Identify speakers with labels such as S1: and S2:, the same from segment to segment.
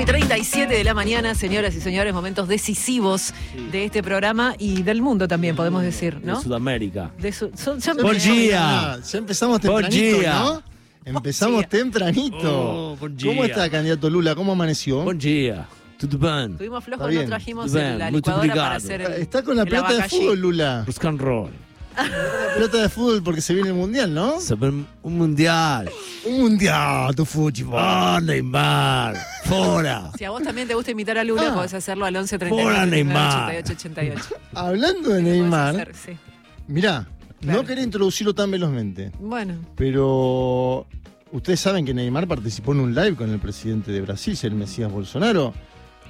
S1: 7 de la mañana, señoras y señores, momentos decisivos de este programa y del mundo también, podemos decir,
S2: de
S1: ¿no?
S2: Sudamérica.
S1: De su- son- son-
S2: Por Gia.
S3: Ah, Ya empezamos
S2: Por
S3: tempranito,
S2: Gia.
S3: ¿no? Empezamos
S1: Gia.
S3: tempranito.
S2: Oh, por
S3: ¿Cómo
S2: Gia.
S3: está, candidato Lula? ¿Cómo amaneció?
S2: Buen día. Tudo bem?
S1: Estuvimos
S3: Está
S1: flojos, no
S3: bien.
S1: trajimos
S2: Bien,
S1: el- la
S2: mucho
S1: licuadora para
S2: obrigado.
S1: hacer el,
S3: Está con la
S1: el
S3: pelota de
S1: abacaxi.
S3: fútbol, Lula.
S2: Rock and roll.
S3: La pelota de fútbol porque se viene el mundial, ¿no?
S2: Saber un mundial.
S3: Un mundial de fútbol.
S2: Ah, Neymar. Fora.
S1: Si a vos también te gusta imitar a Lula,
S3: Ah.
S1: podés hacerlo al 11
S2: Hola,
S1: 39
S2: Neymar.
S1: 88 88.
S3: Hablando de Neymar,
S1: Podés hacer, sí.
S3: mirá,
S1: Claro.
S3: no quería introducirlo tan velozmente,
S1: Bueno,
S3: pero ustedes saben que Neymar participó en un live con el presidente de Brasil, el Mesías Bolsonaro.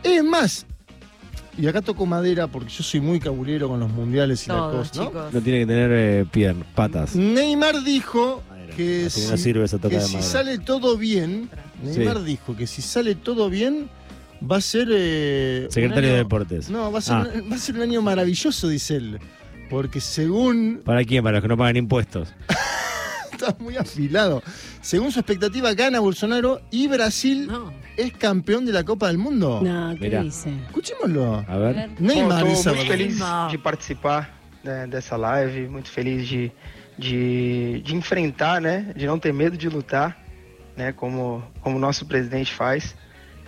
S3: Es más, y acá toco madera porque yo soy muy cabulero con los mundiales y la
S1: todos,
S3: cosa, ¿no?
S1: chicos.
S2: No tiene que tener eh, piernas, patas.
S3: Neymar dijo
S2: Madera.
S3: que
S2: Así que no
S3: si,
S2: sirve esa toca
S3: que
S2: de
S3: si
S2: madera.
S3: sale todo bien,
S2: Sí.
S3: Neymar dijo que si sale todo bien va a ser eh, un
S2: Secretario de
S3: año-
S2: Deportes.
S3: No, va a, ser,
S2: Ah.
S3: un- va a ser un año maravilloso, dice él, porque según
S2: ¿Para quién? Para los que no pagan impuestos.
S3: está muy afilado, según su expectativa gana Bolsonaro y Brasil
S1: No.
S3: es campeón de la Copa del Mundo.
S4: No, ¿qué
S2: Mirá.
S4: dice?
S3: Escuchémoslo.
S2: A ver.
S3: Neymar
S5: Bom,
S3: dice
S5: estou muito
S3: ahora.
S5: feliz
S1: Neymar.
S5: de participar né, dessa live, muito feliz de, de, de enfrentar, né? De não ter medo de lutar, né? Como como o nosso presidente faz.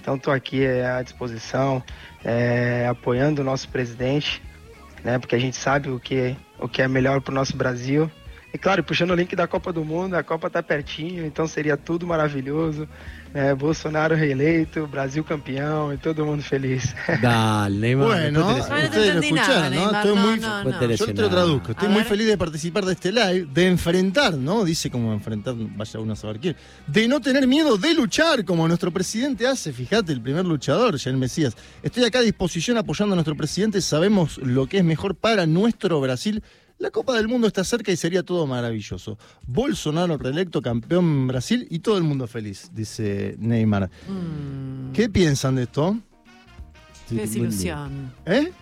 S5: Então estou aqui eh, à disposição, eh, apoiando o nosso presidente, né? Porque a gente sabe o que o que é melhor para o nosso Brasil. E claro, puxando o link da Copa do Mundo, a Copa tá pertinho, então seria tudo maravilhoso. né, Bolsonaro reeleito, Brasil campeão e todo mundo feliz.
S2: Dale, Neymar.
S3: Bueno,
S2: Después te
S1: Ay,
S2: lesionas.
S1: Ah, no te entendí nada,
S3: ustedes lo escucharon, ¿no?
S1: Neymar,
S3: Estoy
S1: no,
S3: muy
S1: no,
S2: Después
S1: no.
S2: te
S3: Yo te
S2: lesionas.
S3: lo traduzco. Estoy
S1: A
S3: muy
S1: ver.
S3: feliz de participar de este live, de enfrentar, ¿no? Dice como enfrentar, vaya uno a saber quién. De no tener miedo de luchar, como nuestro presidente hace. Fíjate, el primer luchador, el Mesías. Estoy acá a disposición apoyando a nuestro presidente. Sabemos lo que es mejor para nuestro Brasil. La Copa del Mundo está cerca y sería todo maravilloso. Bolsonaro reelecto, campeón Brasil y todo el mundo feliz, dice Neymar.
S1: Mm,
S3: ¿Qué piensan de esto?
S1: qué desilusión.
S3: ¿Eh?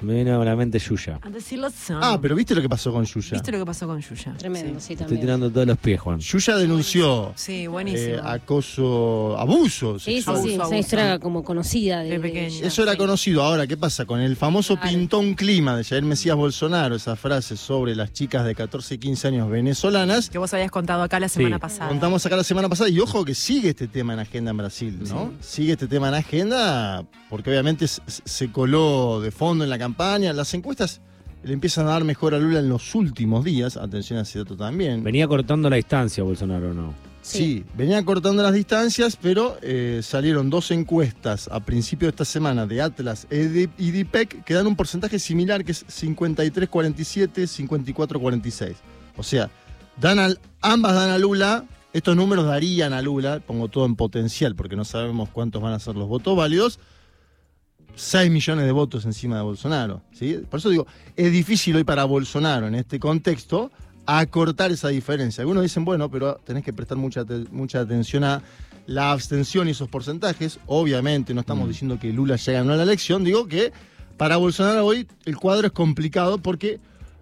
S2: Me viene a la mente Yuya.
S1: A desilusión.
S3: Ah, pero viste lo que pasó con Yuya.
S1: ¿Viste lo que pasó con Yuya?
S4: Tremendo, sí,
S2: Estoy
S4: también.
S2: tirando todos los pies, Juan.
S3: Yuya denunció
S1: Sí,
S3: eh,
S1: buenísimo.
S3: acoso, abuso
S4: Sí, sí,
S3: sexual.
S4: sí,
S1: Abuso,
S4: esa historia
S1: abuso.
S4: como conocida de,
S1: De
S4: de
S1: pequeña.
S4: ella.
S3: Eso era conocido. Ahora, ¿qué pasa con el famoso
S4: Claro.
S3: pintó un clima de Jair Mesías Bolsonaro? Esa frase sobre las chicas de 14 y 15 años venezolanas.
S1: que vos habías contado acá la semana pasada.
S3: Contamos acá la semana pasada y ojo que sigue este tema en agenda en Brasil, ¿no? Sigue este tema en agenda porque obviamente s- s- se coló de fondo en la campaña. Las encuestas le empiezan a dar mejor a Lula en los últimos días. Atención a ese dato también.
S2: Venía cortando la distancia, Bolsonaro, ¿no?
S3: Sí. venía cortando las distancias, pero eh, salieron dos encuestas a principio de esta semana de Atlas ED y DIPEC que dan un porcentaje similar, que es 53-47, 54-46. O sea, dan al, ambas dan a Lula, estos números darían a Lula, pongo todo en potencial porque no sabemos cuántos van a ser los votos válidos, 6 millones de votos encima de Bolsonaro. ¿sí? Por eso digo, es difícil hoy para Bolsonaro en este contexto acortar esa diferencia. Algunos dicen, bueno, pero tenés que prestar mucha, te- mucha atención a la abstención y esos porcentajes. Obviamente, no estamos diciendo que Lula ya ganó la elección, digo que para Bolsonaro hoy el cuadro es complicado porque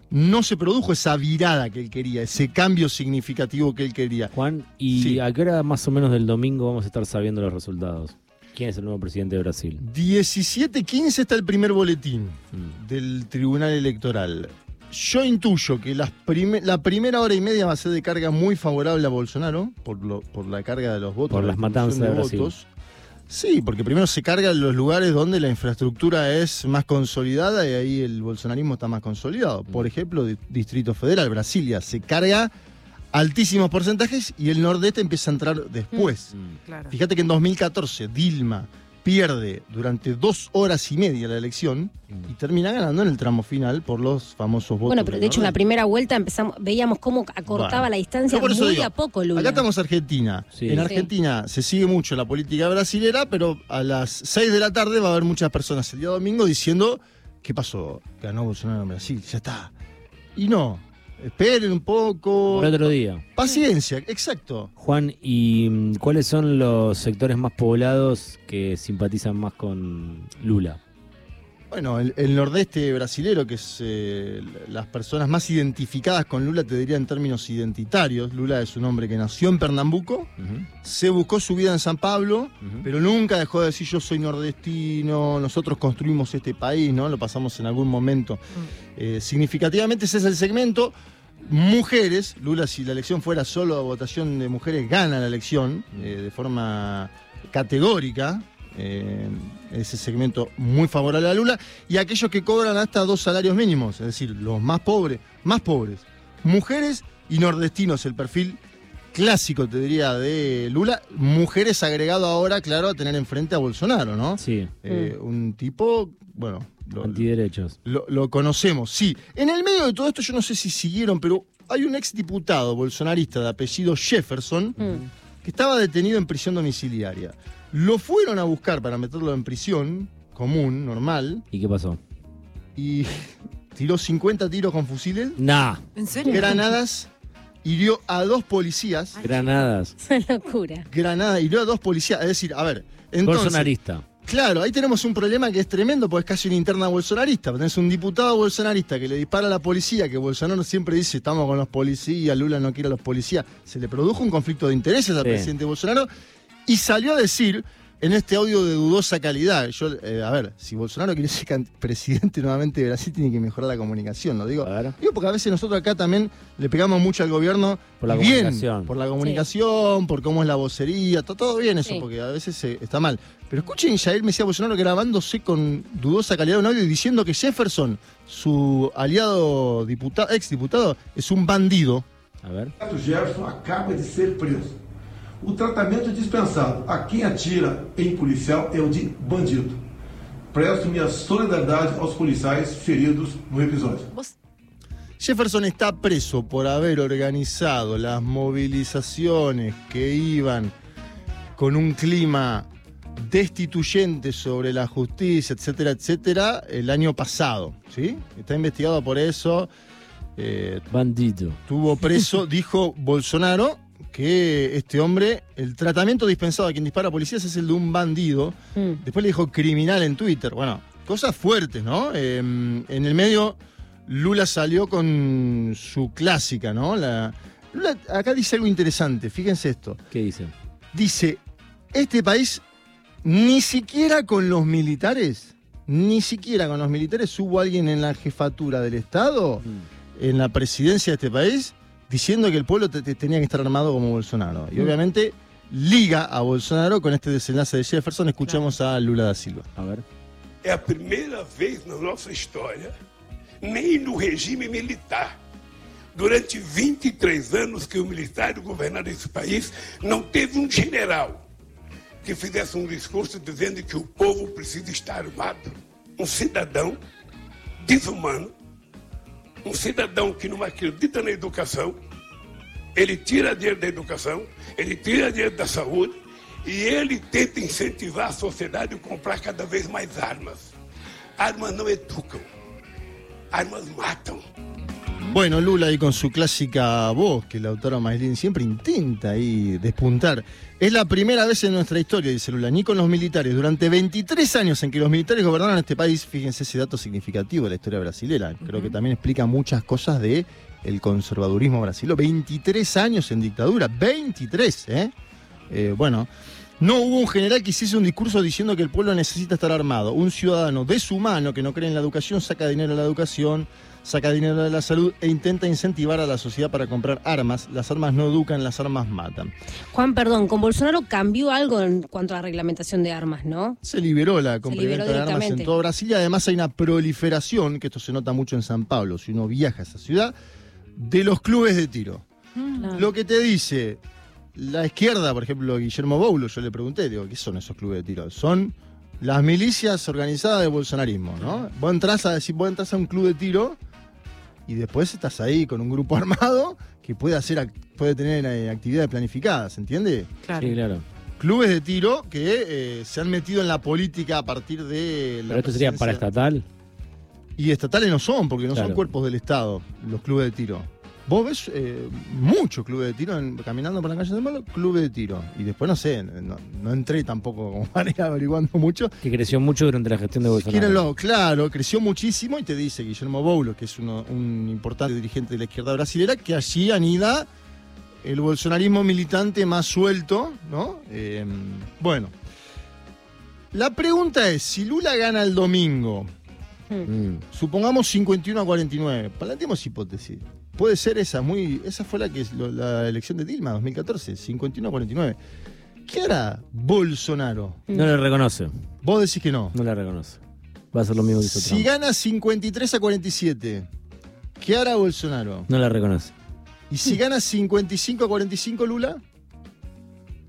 S3: no se produjo esa virada que él quería, ese cambio significativo que él quería.
S2: Juan, ¿y
S3: Sí.
S2: a qué hora más o menos del domingo vamos a estar sabiendo los resultados? ¿Quién es el nuevo presidente de Brasil?
S3: 17.15 está el primer boletín
S2: Mm.
S3: del Tribunal Electoral. Yo intuyo que las prime- la primera hora y media va a ser de carga muy favorable a Bolsonaro por, lo- por la carga de los votos.
S2: Por
S3: la
S2: las matanzas
S3: distribución
S2: de Brasil.
S3: Sí, porque primero se cargan los lugares donde la infraestructura es más consolidada y ahí el bolsonarismo está más consolidado.
S2: Mm.
S3: Por ejemplo, di- Distrito Federal, Brasilia, se carga altísimos porcentajes y el nordeste empieza a entrar después.
S2: Mm.
S1: Claro.
S3: Fíjate que en 2014 Dilma pierde durante dos horas y media la elección y termina ganando en el tramo final por los famosos votos.
S4: Bueno, pero de hecho en la primera vuelta empezamos, veíamos cómo acortaba
S3: Bueno.
S4: la distancia
S3: Yo por eso
S4: muy
S3: digo,
S4: a poco, Lula.
S3: Acá estamos Argentina.
S2: Sí.
S3: En
S2: Sí.
S3: Argentina se sigue mucho la política brasilera, pero a las 6 de la tarde va a haber muchas personas el día domingo diciendo, ¿qué pasó? Ganó Bolsonaro en Brasil, ya está. Y no, esperen un poco.
S2: Por otro día.
S3: Paciencia, exacto.
S2: Juan, ¿y mm, cuáles son los sectores más poblados que simpatizan más con Lula?
S3: Bueno, el, el nordeste brasilero, que es eh, las personas más identificadas con Lula, te diría en términos identitarios. Lula es un hombre que nació en Pernambuco,
S2: Ujú.
S3: se buscó su vida en San Pablo,
S2: Ujú.
S3: pero nunca dejó de decir yo soy nordestino, nosotros construimos este país, ¿no? Lo pasamos en algún momento. Eh, significativamente ese es el segmento. Mujeres, Lula, si la elección fuera solo a votación de mujeres, gana la elección eh, de forma categórica. eh, ese segmento muy favorable a Lula. Y aquellos que cobran hasta dos salarios mínimos, es decir, los más pobres, más pobres. Mujeres y nordestinos, el perfil clásico, te diría, de Lula. Mujeres agregado ahora, claro, a tener enfrente a Bolsonaro, ¿no?
S2: Sí,
S3: Eh, un tipo, bueno, lo-
S2: antiderechos.
S3: lo, lo conocemos, sí. En el medio de todo esto, yo no sé si siguieron, pero hay un exdiputado bolsonarista de apellido Jefferson
S4: Mm.
S3: que estaba detenido en prisión domiciliaria. Lo fueron a buscar para meterlo en prisión común, normal,
S2: ¿Y qué pasó?
S3: y tiró 50 tiros con fusiles,
S2: Nah,
S1: ¿En serio?
S3: granadas, hirió a dos policías.
S2: granadas.
S4: Una locura.
S3: Granada, hirió a dos policías. Es decir, a ver, entonces,
S2: Bolsonarista.
S3: Claro, ahí tenemos un problema que es tremendo porque es casi una interna bolsonarista. Tenés un diputado bolsonarista que le dispara a la policía, que Bolsonaro siempre dice estamos con los policías, Lula no quiere a los policías. Se le produjo un conflicto de intereses al
S2: Sí.
S3: presidente Bolsonaro y salió a decir en este audio de dudosa calidad. Yo, eh, a ver, si Bolsonaro quiere ser can- presidente nuevamente de Brasil, tiene que mejorar la comunicación, lo digo.
S2: Claro.
S3: Digo porque a veces nosotros acá también le pegamos mucho al gobierno
S2: Por la
S3: y bien,
S2: comunicación.
S3: por la comunicación, por cómo es la vocería, está todo bien eso,
S4: Sí.
S3: porque a veces eh, está mal. Pero escuchen, Jair Mesías Bolsonaro grabándose con dudosa calidad un audio y diciendo que Jefferson, su aliado diputado, ex diputado, es un bandido.
S2: A ver.
S6: Roberto Jefferson acaba de ser preso. O tratamento é dispensado a quem atira em policial é o de bandido. Presto minha solidariedade aos policiais feridos no episódio.
S1: Vos-
S3: Jefferson está preso por haber organizado las movilizaciones que iban con un clima destituyente sobre la justicia, etcétera, etcétera, el año pasado. ¿sí? Está investigado por eso. eh,
S2: Bandido.
S3: Tuvo preso, dijo Bolsonaro, que este hombre, el tratamiento dispensado a quien dispara a policías es el de un bandido.
S4: Mm.
S3: Después le dijo criminal en Twitter. Bueno, cosas fuertes, ¿no? Eh, en el medio, Lula salió con su clásica, ¿no? La- Lula acá dice algo interesante, fíjense esto.
S2: ¿Qué dice?
S3: Dice, este país ni siquiera con los militares, ni siquiera con los militares hubo alguien en la jefatura del Estado en la presidencia de este país diciendo que el pueblo te- te- tenía que estar armado como Bolsonaro. Y obviamente liga a Bolsonaro con este desenlace de Jefferson. Escuchamos a Lula da Silva.
S2: A ver.
S7: É a primeira vez na nossa história, nem no regime militar. Durante 23 anos que o militar governado esse país, não teve um general que fizesse um discurso dizendo que o povo precisa estar armado. Um cidadão desumano, um cidadão que não acredita na educação, ele tira dinheiro da educação, ele tira dinheiro da saúde e ele tenta incentivar a sociedade a comprar cada vez mais armas. Armas não educam, armas matam.
S3: Bueno, Lula ahí con su clásica voz que la autora Maylin siempre intenta ahí despuntar. Es la primera vez en nuestra historia, dice Lula, ni con los militares. Durante 23 años en que los militares gobernaron este país, fíjense ese dato significativo de la historia brasilera. Creo que también explica muchas cosas de el conservadurismo brasileño. 23 años en dictadura, 23, ¿eh? Eh, bueno, no hubo un general que hiciese un discurso diciendo que el pueblo necesita estar armado. Un ciudadano deshumano que no cree en la educación saca dinero de la educación, saca dinero de la salud e intenta incentivar a la sociedad para comprar armas. Las armas no educan, las armas matan.
S4: Juan, perdón, con Bolsonaro cambió algo en cuanto a la reglamentación de armas, ¿no?
S3: Se liberó la compraventa de armas en
S4: directamente.
S3: todo Brasil y además hay una proliferación, que esto se nota mucho en San Pablo, si uno viaja a esa ciudad, de los clubes de tiro.
S4: Ah.
S3: Lo que te dice la izquierda, por ejemplo, Guillermo Boulo, yo le pregunté, digo, ¿qué son esos clubes de tiro? Son las milicias organizadas de bolsonarismo, ¿no? Vos entras a decir, vos entras a un club de tiro y después estás ahí con un grupo armado que puede hacer ac- puede tener eh, actividades planificadas, ¿entiendes?
S1: Claro.
S2: Sí, claro.
S3: Clubes de tiro que eh, se han metido en la política a partir de la
S2: Pero esto sería
S3: presidencia-
S2: paraestatal.
S3: y estatales no son, porque no son
S2: Claro.
S3: cuerpos del Estado, los clubes de tiro. Vos ves eh, muchos clubes de tiro en- caminando por la calle de Malo, clubes de tiro. Y después, no sé, no, no entré tampoco como para averiguando mucho.
S2: Que creció mucho durante la gestión de Bolsonaro.
S3: Mírenlo, claro, creció muchísimo y te dice Guillermo Boulos, que es uno- un importante dirigente de la izquierda brasilera, que allí anida el bolsonarismo militante más suelto, ¿no? Eh, bueno, la pregunta es, si Lula gana el domingo,
S2: Mm.
S3: supongamos 51 a 49, planteemos hipótesis. Puede ser esa, muy, esa fue la que es lo- la elección de Dilma 2014, 51 a 49. ¿Qué hará Bolsonaro?
S2: No le reconoce,
S3: Vos decís que no.
S2: no le reconoce. Va a ser lo mismo que hizo
S3: Si
S2: Trump.
S3: gana 53 a 47, ¿qué hará Bolsonaro?
S2: No la reconoce,
S3: Y si gana 55 a 45 Lula,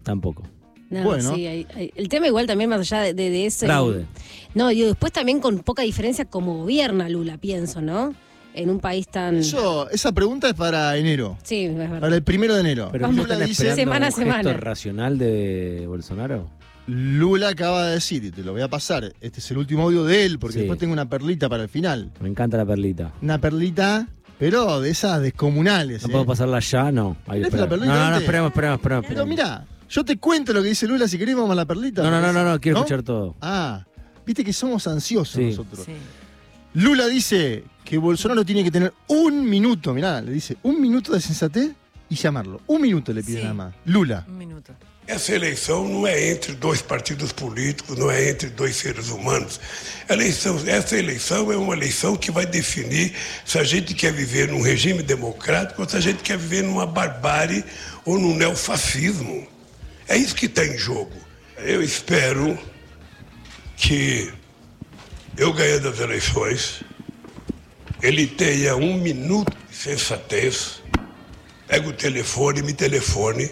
S2: tampoco.
S4: No,
S3: Bueno.
S4: sí, hay- hay- el tema igual también más allá de, de- de eso.
S2: Fraude.
S3: Ah.
S4: No, y después también con poca diferencia como gobierna Lula, pienso, ¿no? En un país tan...
S3: eso, esa pregunta es para enero,
S4: Sí, es verdad.
S3: para el primero de enero.
S2: Pero
S4: Vamos,
S2: no
S3: Lula,
S2: están
S3: dice,
S2: esperando
S4: Semana a
S2: un
S4: semana.
S2: gesto racional de Bolsonaro.
S3: Lula acaba de decir, y te lo voy a pasar, este es el último audio de él, porque
S2: Sí.
S3: después tengo una perlita para el final.
S2: Me encanta la perlita.
S3: Una perlita, pero de esas descomunales.
S2: No
S3: ¿eh?
S2: puedo pasarla ya, no. Hay que
S3: ¿Querés la
S2: esperar. no,
S3: perlita
S2: no, no,
S3: antes?
S2: esperemos, esperemos, esperemos.
S3: Pero
S2: esperemos.
S3: mira, yo te cuento lo que dice Lula, si querés vamos a la perlita.
S2: No, no, no, no, no, quiero
S3: ¿No?
S2: escuchar todo.
S3: Ah, viste que somos ansiosos
S2: Sí.
S3: nosotros.
S1: Sí.
S3: Lula dice que Bolsonaro tiene que tener un minuto, mirá, le dice, un minuto de sensatez y llamarlo. Un minuto le pide
S1: Sí.
S3: nada más. Lula.
S1: Un minuto.
S7: Essa eleição não é entre dois partidos políticos, não é entre dois seres humanos. Eleição- essa eleição é uma eleição que vai definir se a gente quer viver num regime democrático ou se a gente quer viver numa barbárie ou num neofascismo. É isso que está em jogo. Eu espero que eu ganhando as eleições, ele tenha um minuto de sensatez, pega o telefone e me telefone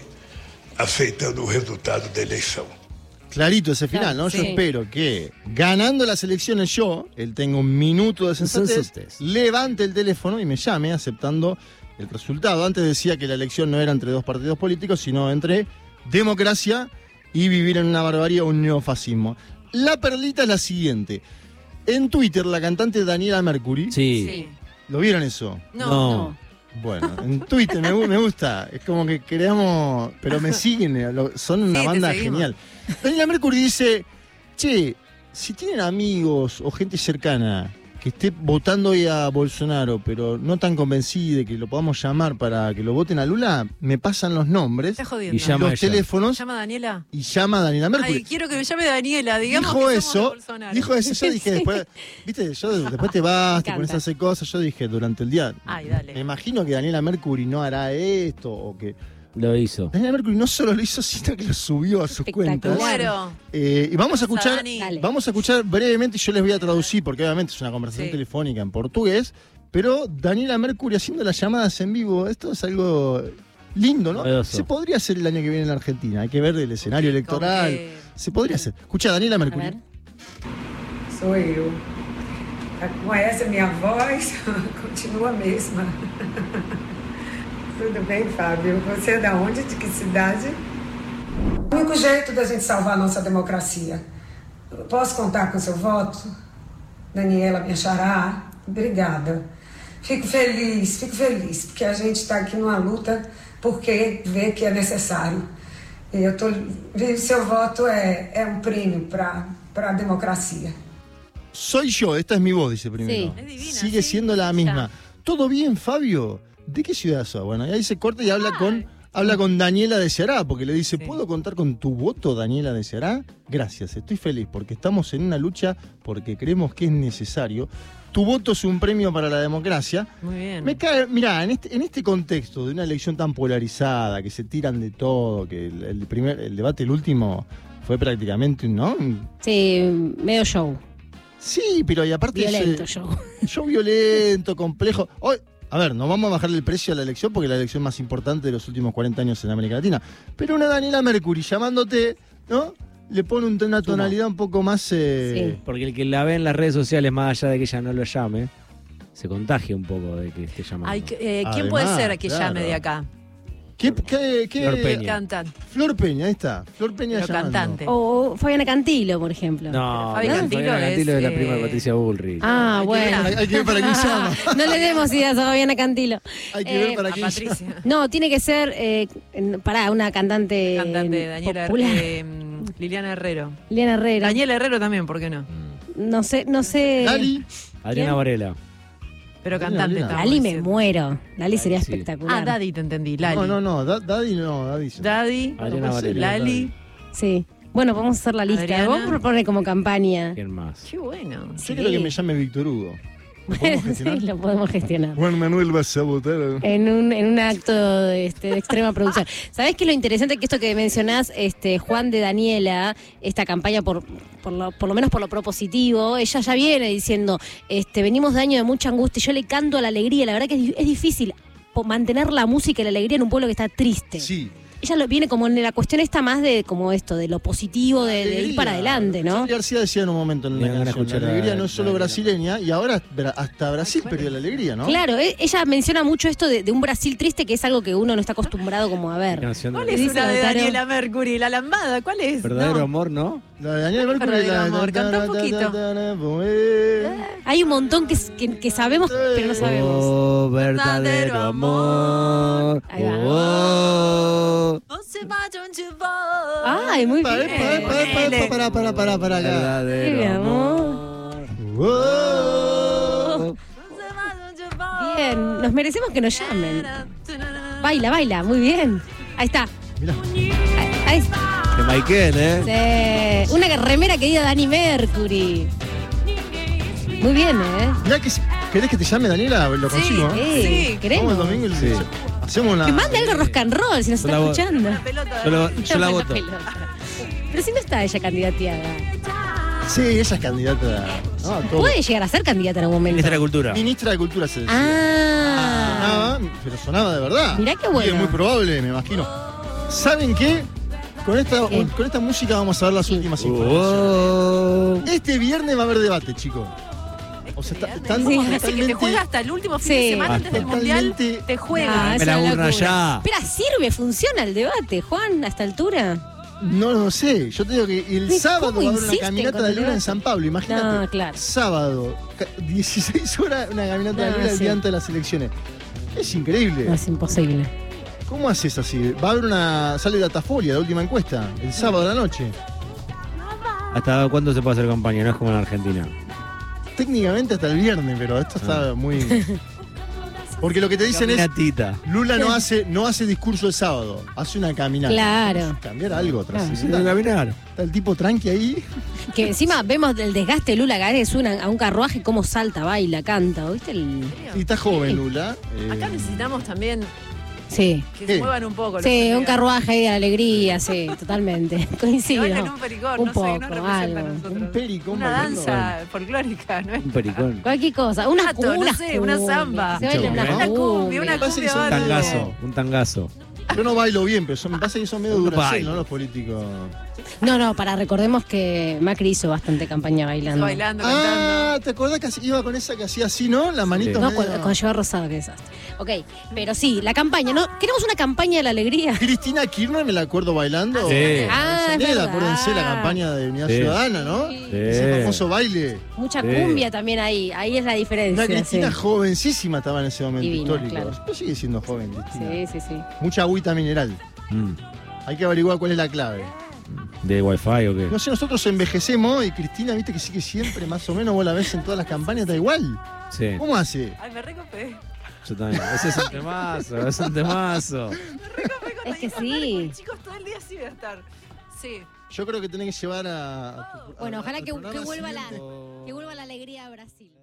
S7: aceitando o resultado da eleição.
S3: Clarito ese final,
S4: Claro,
S3: ¿no? Yo
S4: sí.
S3: espero que ganando las elecciones yo, él tenga un minuto de sensatez,
S2: Sensatez.
S3: levante el teléfono y me llame aceptando el resultado. Antes decía que la elección no era entre dos partidos políticos, sino entre democracia y vivir en una barbarie o un neofascismo. La perlita es la siguiente. En Twitter, la cantante Daniela Mercury,
S2: Sí.
S3: ¿lo vieron eso?
S1: No,
S2: No.
S1: no.
S3: Bueno, en Twitter me, gu- me gusta. Es como que creamos. Pero me siguen. eh, lo- son una
S1: Sí, te
S3: banda
S1: seguimos.
S3: genial. Daniela Mercury dice: Che, si tienen amigos o gente cercana que esté votando hoy a Bolsonaro, pero no tan convencida de que lo podamos llamar para que lo voten a Lula, me pasan los nombres,
S1: Está jodiendo.
S2: Y llama a
S3: los
S2: ella.
S3: teléfonos
S1: ¿Llama Daniela?
S3: y llama a Daniela Mercury
S1: Ay, quiero que me llame Daniela, digamos
S3: dijo
S1: que somos de
S3: eso,
S1: Bolsonaro.
S3: dijo eso, yo dije después, viste, yo después te vas, te
S4: encanta.
S3: pones a hacer cosas, yo dije durante el día,
S1: Ay, dale.
S3: me imagino que Daniela Mercury no hará esto, o que
S2: Lo hizo.
S3: Daniela Mercury no solo lo hizo, sino que lo subió a sus
S4: Espectacular.
S3: cuentas.
S1: Muero.
S3: Eh, y vamos a
S1: Vamos a
S3: escuchar,
S1: Dani.
S4: Dale.
S3: vamos a escuchar brevemente, yo les voy a traducir, porque obviamente es una conversación
S1: Sí.
S3: telefónica en portugués, pero Daniela Mercury haciendo las llamadas en vivo, esto es algo lindo, ¿no?
S2: Novedoso.
S3: Se podría hacer el año que viene en la Argentina, hay que ver el escenario electoral.
S1: que-
S3: Se podría hacer. Escucha, Daniela
S4: A
S3: Mercury.
S4: ver.
S8: Sou eu. Conhece a minha voz? Continua a mesma. Tudo bem, Fábio? Você é da onde? De que cidade? O único jeito da gente salvar a nossa democracia. Posso contar com seu voto? Daniela me achará? Obrigada. Fico feliz, fico feliz, porque a gente está aqui numa luta porque vê que é necessário. E eu tô, e seu voto é, é um prêmio para a democracia.
S3: Soy yo, esta es mi voz, dice primero.
S4: Sí.
S1: Es divina,
S3: Sigue
S1: sí.
S3: siendo la misma. ¿Todo bien, Fabio? ¿De qué ciudad sos? Bueno, y ahí se corta y habla con, habla con Daniela de Ceará, porque le dice, ¿puedo contar con tu voto, Daniela de Ceará? Gracias, estoy feliz, porque estamos en una lucha porque creemos que es necesario. Tu voto es un premio para la democracia.
S1: Muy bien.
S3: Me cae, mirá, en este, en este contexto de una elección tan polarizada, que se tiran de todo, que el, el primer, el debate, el último, fue prácticamente, un- ¿no? Un-
S4: Sí, medio show.
S3: Sí, pero y aparte... ese-
S4: Violento show.
S3: yo violento, complejo. Hoy, a ver, no vamos a bajarle el precio a la elección porque es la elección más importante de los últimos 40 años en América Latina. Pero una Daniela Mercury llamándote, ¿no? Le pone un- una tonalidad un poco más. eh,
S2: Porque el que la ve en las redes sociales, más allá de que ella no lo llame, se contagia un poco de que esté llamando.
S1: Ay, que- eh, ¿Quién
S3: Además,
S1: puede ser que
S3: claro.
S1: llame de acá?
S3: ¿Qué, qué, qué-
S2: Flor Peña.
S1: Cantan.
S3: Flor Peña, ahí está. Flor Peña
S1: Pero
S3: llamando.
S1: cantante.
S4: O Fabiana Cantilo, por ejemplo.
S2: No,
S1: Fabi
S2: no,
S1: Cantilo
S2: Fabiana
S1: es,
S2: Cantilo es la
S1: eh,
S2: prima de Patricia Bullrich.
S4: Ah,
S3: Hay
S4: bueno.
S3: que ver- Hay que ver para qué llama.
S4: no le demos ideas a Fabiana Cantilo.
S3: Hay que ver
S4: Eh,
S3: para
S1: A
S3: qué llama.
S1: Patricia.
S4: No, tiene que ser, eh, en- pará, una cantante,
S1: Cantante Daniela
S4: popular.
S1: eh, Liliana Herrero.
S4: Liliana Herrera.
S1: Daniela Herrero también, ¿por qué no?
S4: No sé, no
S1: Eh,
S4: sé.
S3: Lali,
S2: Adriana
S4: ¿quién?
S2: Varela.
S1: Pero
S3: Liliana
S1: cantante
S3: Herrera.
S1: estamos
S4: Lali me
S1: diciendo.
S4: muero. Lali sería
S2: Lali,
S1: Ah,
S2: sí.
S4: espectacular.
S1: Daddy te entendí, Lali.
S3: No, no, no. Da- Daddy no, Daddy. sí.
S1: Daddy,
S2: Adriana
S3: pensé,
S2: Varela.
S1: Lali.
S4: Sí. Bueno, vamos a hacer la lista.
S1: Adriana.
S4: Vamos a proponer como campaña.
S2: ¿Quién más?
S1: Qué bueno.
S3: Yo creo que me llame Víctor Hugo. ¿Lo podemos gestionar?
S4: sí, lo podemos gestionar.
S3: Juan Manuel vas a votar.
S1: Eh,
S4: En un, en un acto este, de extrema producción. ¿Sabés que lo interesante que esto que mencionás, este, Juan de Daniela, esta campaña, por, por, lo, por lo menos por lo propositivo, ella ya viene diciendo, este, venimos de año de mucha angustia, yo le canto a la alegría, la verdad que es, di- es difícil po- mantener la música y la alegría en un pueblo que está triste.
S3: Sí.
S4: Ella lo, viene como en la cuestión esta más de como esto, de lo positivo, de, de ir para adelante, ¿no?
S3: Charly García decía en un momento en
S2: Me
S3: la
S2: dan ganas de
S3: canción, la
S2: escuchar a-
S3: alegría no es solo
S2: a-
S3: brasileña, y ahora bra- hasta Brasil perdió la alegría, ¿no?
S4: Claro, e- ella menciona mucho esto de, de un Brasil triste, que es algo que uno no está acostumbrado como a ver.
S2: Canción
S1: ¿Cuál
S2: de-
S1: es
S4: Dice
S1: una de
S4: Lautaro.
S1: Daniela Mercury? La lambada, ¿cuál es?
S2: Verdadero
S1: No.
S2: amor, ¿no?
S3: La de Daniel Mercury.
S1: Verdadero
S3: la-
S1: amor, canta un poquito.
S3: Voy.
S4: Hay un montón que, s- que- que sabemos, pero no sabemos.
S2: Oh,
S1: Verdadero
S2: verdadero amor.
S4: Ahí va.
S2: Oh,
S1: Você bate onde vai.
S4: Ay, muy
S3: Pará, pará,
S4: bien.
S3: pará, pará,
S1: Ponele.
S3: pará, pará, pará, pará, acá.
S4: Qué
S2: verdadero amor.
S3: Oh.
S1: Você bate onde vai.
S4: Bien, nos merecemos que nos llamen. Baila, baila, muy bien. Ahí está.
S3: Mirá.
S4: Ahí está.
S2: De Maiken, ¿eh?
S4: Sí. Una remera que diga Dani Mercury. Muy bien, ¿eh?
S3: Mirá que si- ¿Querés que te llame Daniela? Lo
S1: Sí,
S3: consigo, ¿eh?
S4: Eh,
S1: Sí.
S3: Vamos
S4: queremos.
S3: el domingo y
S2: Sí.
S3: hacemos una.
S4: Que mande algo rock and roll si nos
S2: Yo
S4: está
S2: la voy-
S4: escuchando.
S1: Pelota.
S2: Yo la, yo la
S4: Rompe
S2: voto.
S4: pelota. Pero si no está ella candidateada.
S3: Sí, ella es candidata. No, a todo.
S4: Puede llegar a ser candidata en algún momento.
S2: Ministra de Cultura.
S3: Ministra de Cultura se decía.
S4: Ah.
S3: Sonaba, pero sonaba de verdad.
S4: Mirá qué bueno.
S3: Y es muy probable, me imagino. ¿Saben qué? Con esta,
S4: ¿Qué?
S3: con esta música vamos a ver las
S2: Uh.
S3: últimas informaciones.
S2: Oh,
S3: Este viernes va a haber debate, chicos. O sea, está- están
S1: Sí,
S3: totalmente-
S1: así que te juega hasta el último fin de
S4: Sí.
S1: semana antes del mundial.
S3: Totalmente-
S1: Te
S4: Ah,
S1: juega.
S4: es
S2: la
S4: una
S2: urna
S4: locura.
S2: ya.
S4: Espera, sirve, funciona el debate, Juan, a esta altura.
S3: No lo sé. Yo te digo que el
S4: ¿Cómo
S3: sábado va a haber una
S4: insisten
S3: caminata
S4: con
S3: de
S4: el
S3: luna en
S4: debate?
S3: San Pablo, imagínate.
S4: No, claro.
S3: Sábado, ca- 16 horas, una caminata de
S4: No,
S3: luna el
S4: sí.
S3: día antes de las elecciones. Es increíble.
S4: No, es imposible.
S3: ¿Cómo haces así? Va a haber una. Sale Datafolia, la última encuesta, el sábado a la noche.
S2: ¿Hasta cuándo se puede hacer campaña? No es como en Argentina.
S3: Técnicamente hasta el viernes, pero esto
S2: Ah.
S3: está muy. Porque lo que te dicen es.
S2: Caminatita.
S3: Lula no hace, no hace discurso el sábado, hace una caminata.
S4: Claro.
S3: Cambiar algo, tras
S4: Claro.
S2: Quiero caminar.
S3: Está el tipo tranqui ahí.
S4: Que encima vemos el desgaste de Lula Gárez una- a un carruaje, cómo salta, baila, canta. ¿Viste? El...
S3: Y está joven Lula. eh,
S1: Acá necesitamos también
S4: Sí.
S1: que
S3: ¿Qué?
S1: se muevan un poco. los
S4: Sí, un
S1: candidatos.
S4: carruaje ahí de alegría, sí, totalmente.
S1: Que
S4: Coincido.
S1: bailen un pericón, no
S4: Un
S1: sé,
S4: poco,
S1: no representa a
S4: algo.
S1: nosotros.
S3: Un pericón
S1: Una
S3: bailando.
S1: danza folclórica, ¿no? es?
S2: Un pericón.
S4: Cualquier cosa. Una
S1: Gato, no
S4: una
S1: sé, una
S4: cumbia,
S1: zamba.
S4: que se baile
S2: Una
S4: una
S1: cumbia,
S4: cumbia.
S1: una
S3: Me parece que
S1: cumbia
S3: son
S1: bárbara.
S2: Un tangazo. Un tangazo.
S3: Yo no bailo bien, pero son- me parece que son medio
S2: No
S3: duracel,
S2: bailo.
S3: ¿no? Los políticos.
S4: No, no, para recordemos que Macri hizo bastante campaña bailando.
S1: Bailando, cantando.
S3: Ah, ¿te acordás que así- iba con esa que hacía así, no? La manito.
S4: No,
S3: medio-
S4: con, con llevar rosado, qué desastre. Ok, pero sí, la campaña, ¿no? Queremos una campaña de la alegría.
S3: Cristina Kirchner me la acuerdo bailando.
S2: Sí.
S4: Ah, es
S3: Avellaneda,
S4: verdad.
S3: acuérdense la campaña de Unidad
S2: Sí.
S3: Ciudadana, ¿no? Ese famoso baile.
S4: Mucha
S2: Sí.
S4: cumbia también ahí, ahí es la diferencia.
S3: Una Cristina
S4: sí.
S3: jovencísima estaba en ese momento
S4: Divina,
S3: histórico.
S4: claro.
S3: Pero sigue siendo joven, Cristina.
S4: sí, sí, sí.
S3: Mucha agüita mineral.
S2: Mm.
S3: Hay que averiguar cuál es la clave.
S2: ¿De wifi o qué?
S3: No sé, nosotros envejecemos y Cristina, viste que sigue siempre, más o menos, vos la ves en todas las campañas, da igual.
S2: Sí,
S3: ¿Cómo hace?
S1: Ay, me recopé.
S2: yo también. Ese es un temazo, es un temazo.
S4: Es que sí.
S1: Chicos, todo el día sí voy a estar. Sí.
S3: Yo creo que tenés que llevar a. a tu- a-
S4: Bueno, ojalá
S3: al
S4: que,
S3: programa
S4: que vuelva la,
S3: siguiente.
S4: que vuelva la alegría a Brasil.